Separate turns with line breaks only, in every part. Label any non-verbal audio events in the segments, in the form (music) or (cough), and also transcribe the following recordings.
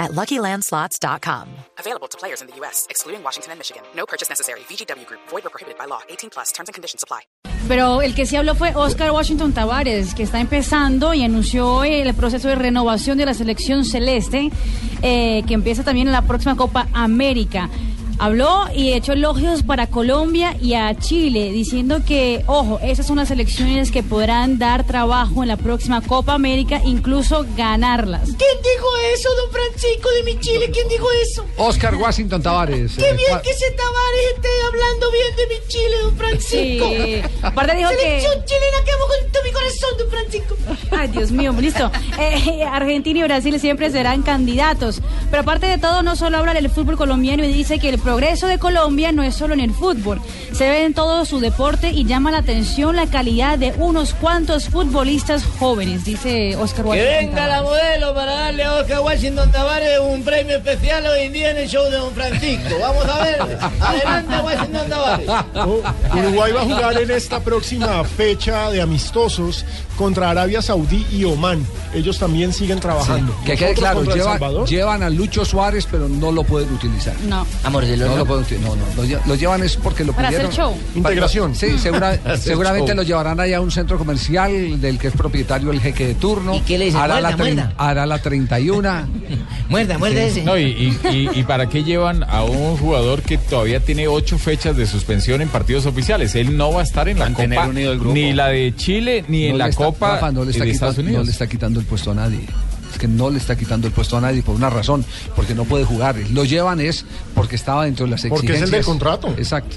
at luckylandslots.com.
Available to players in the U.S., excluding Washington and Michigan. No purchase necessary. VGW Group, void or prohibited by law. 18 plus terms and conditions apply.
Pero el que sí habló fue Oscar Washington Tavares, que está empezando y anunció el proceso de renovación de la selección celeste, eh, que empieza también en la próxima Copa América. Habló y echó elogios para Colombia y a Chile, diciendo que, ojo, esas son las selecciones que podrán dar trabajo en la próxima Copa América, incluso ganarlas.
¿Quién dijo eso, don Francisco de mi Chile? ¿Quién dijo eso?
Oscar Washington Tavares.
Qué
eh,
bien
cua-
que ese Tavares esté hablando bien de mi Chile, don Francisco.
Sí. Aparte dijo que...
Selección chilena que amo con todo mi corazón, don Francisco.
Ay, Dios mío, listo. Eh, Argentina y Brasil siempre serán candidatos. Pero aparte de todo, no solo habla del fútbol colombiano y dice que el progreso de Colombia no es solo en el fútbol. Se ve en todo su deporte y llama la atención la calidad de unos cuantos futbolistas jóvenes, dice Oscar
Que
Washington
venga la
Tavares.
modelo para darle a Oscar Washington Tavares un premio especial hoy en día en el show de Don Francisco. Vamos
(laughs)
a ver. Adelante, Washington Tavares.
Oh, Uruguay va a jugar en esta próxima fecha de amistosos contra Arabia Saudí y Omán. Ellos también siguen trabajando.
Que quede
Nosotros
claro,
contra El
lleva-
Salvador.
llevan a Lucho Suárez, pero no lo pueden utilizar.
No.
Amor de
No lo pueden utilizar. No, no. Lo, lle- lo llevan es porque lo
Para hacer
pidieron.
show.
Integración. (laughs)
Sí, segura- seguramente
show.
lo llevarán allá a un centro comercial del que es propietario el jeque de turno.
¿Y qué le dicen?
Hará, la,
Muerda,
trein-
muerda.
hará la 31.
Muerda, muerda ese.
No, y, y- y- y para qué llevan a un jugador que todavía tiene ocho fechas de suspensión en partidos oficiales? Él no va a estar en la
Mantener
Copa,
unido el grupo.
ni la de Chile, ni en
No
la
le está-
Copa
Rafa, no le, está
de Estados
quitando, no
Unidos.
le está quitando el puesto a nadie. Es que no le está quitando el puesto a nadie por una razón, porque no puede jugar. Lo llevan es porque estaba dentro de las
Porque es el
exigencias.
del contrato.
Exacto.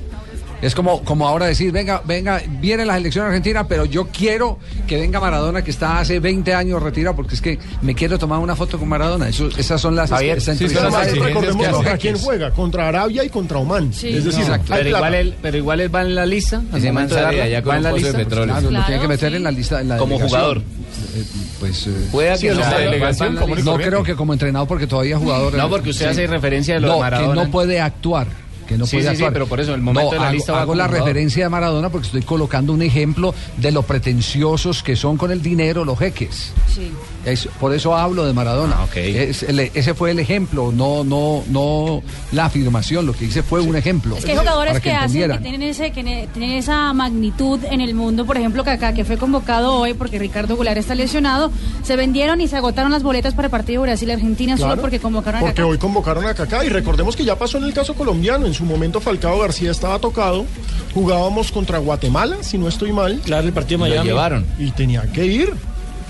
Es como, como ahora decir, venga, venga, viene la selección argentina, pero yo quiero que venga Maradona, que está hace 20 años retirado, porque es que me quiero tomar una foto con Maradona. Eso- esas son las...
Javier,
esa
sí, son
entrevista-
las
Además,
exigencias
recordemos
que hace.
contra quién juega, contra Arabia y contra Omán. es decir,
no. Exacto.
hay
Pero
plata.
igual, él, pero igual él va en la lista. al
Ese man
momento de
sale
darla,
allá
va
con
en
un
la
pozo de
lista.
petróleo.
Claro, lo
Claro,
tiene que meter
sí.
en la lista. en la
Como
delegación.
jugador.
Eh, pues... eh,
Puede que
en
no.
la
salga.
delegación común y
no
corriente.
creo que como entrenador, porque todavía jugador...
No, porque usted
Sí.
hace referencia de lo de
No, que
Maradona.
no puede actuar. Que no
Sí,
puede
sí, sí,
actuar.
pero por eso, el momento de la
hago,
lista va
hago la
acumulado.
referencia de Maradona porque estoy colocando un ejemplo de lo pretenciosos que son con el dinero los jeques.
Sí.
Es- por eso hablo de Maradona.
Ah, ok.
Es- el- ese fue el ejemplo, no, no, no la afirmación. Lo que hice fue un ejemplo.
Es que hay jugadores
para
que, hacen, que
entendieran.
tienen, ese, que ne- tienen esa magnitud en el mundo. Por ejemplo, Kaká, que fue convocado hoy porque Ricardo Goulart está lesionado, se vendieron y se agotaron las boletas para el partido Brasil-Argentina
Claro,
solo porque convocaron a
porque
Kaká.
hoy convocaron a Kaká y recordemos que ya pasó en el caso colombiano. En su momento Falcao García estaba tocado. Jugábamos contra Guatemala, si no estoy mal,
Claro, el partido
Lo llevaron.
y tenía que ir.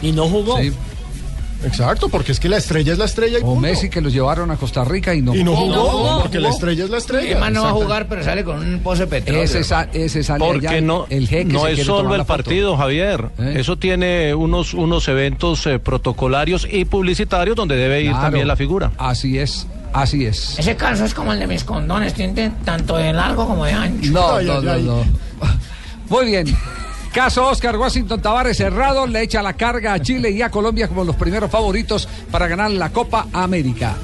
Y no jugó.
Sí.
Exacto, porque es que la estrella es la estrella. Y
O
punto.
Messi que los llevaron a Costa Rica y no.
Y no jugó,
no jugó.
porque la estrella es la estrella.
El man no va a jugar, pero sale con un pozo de petróleo.
Ese, sa- ese sale allá,
Porque no,
el jeque
no
se
es
quiere tomar
solo
la
el
foto.
partido, Javier.
¿Eh?
Eso tiene unos, unos eventos eh, protocolarios y publicitarios donde debe ir
Claro,
también la figura.
Así es, así es.
Ese caso es como el de mis condones, tiene tanto de largo como de ancho.
No,
(laughs) Ay,
no,
ay,
no,
ay.
no. Muy bien. Caso Oscar Washington Tavares cerrado, le echa la carga a Chile y a Colombia como los primeros favoritos para ganar la Copa América.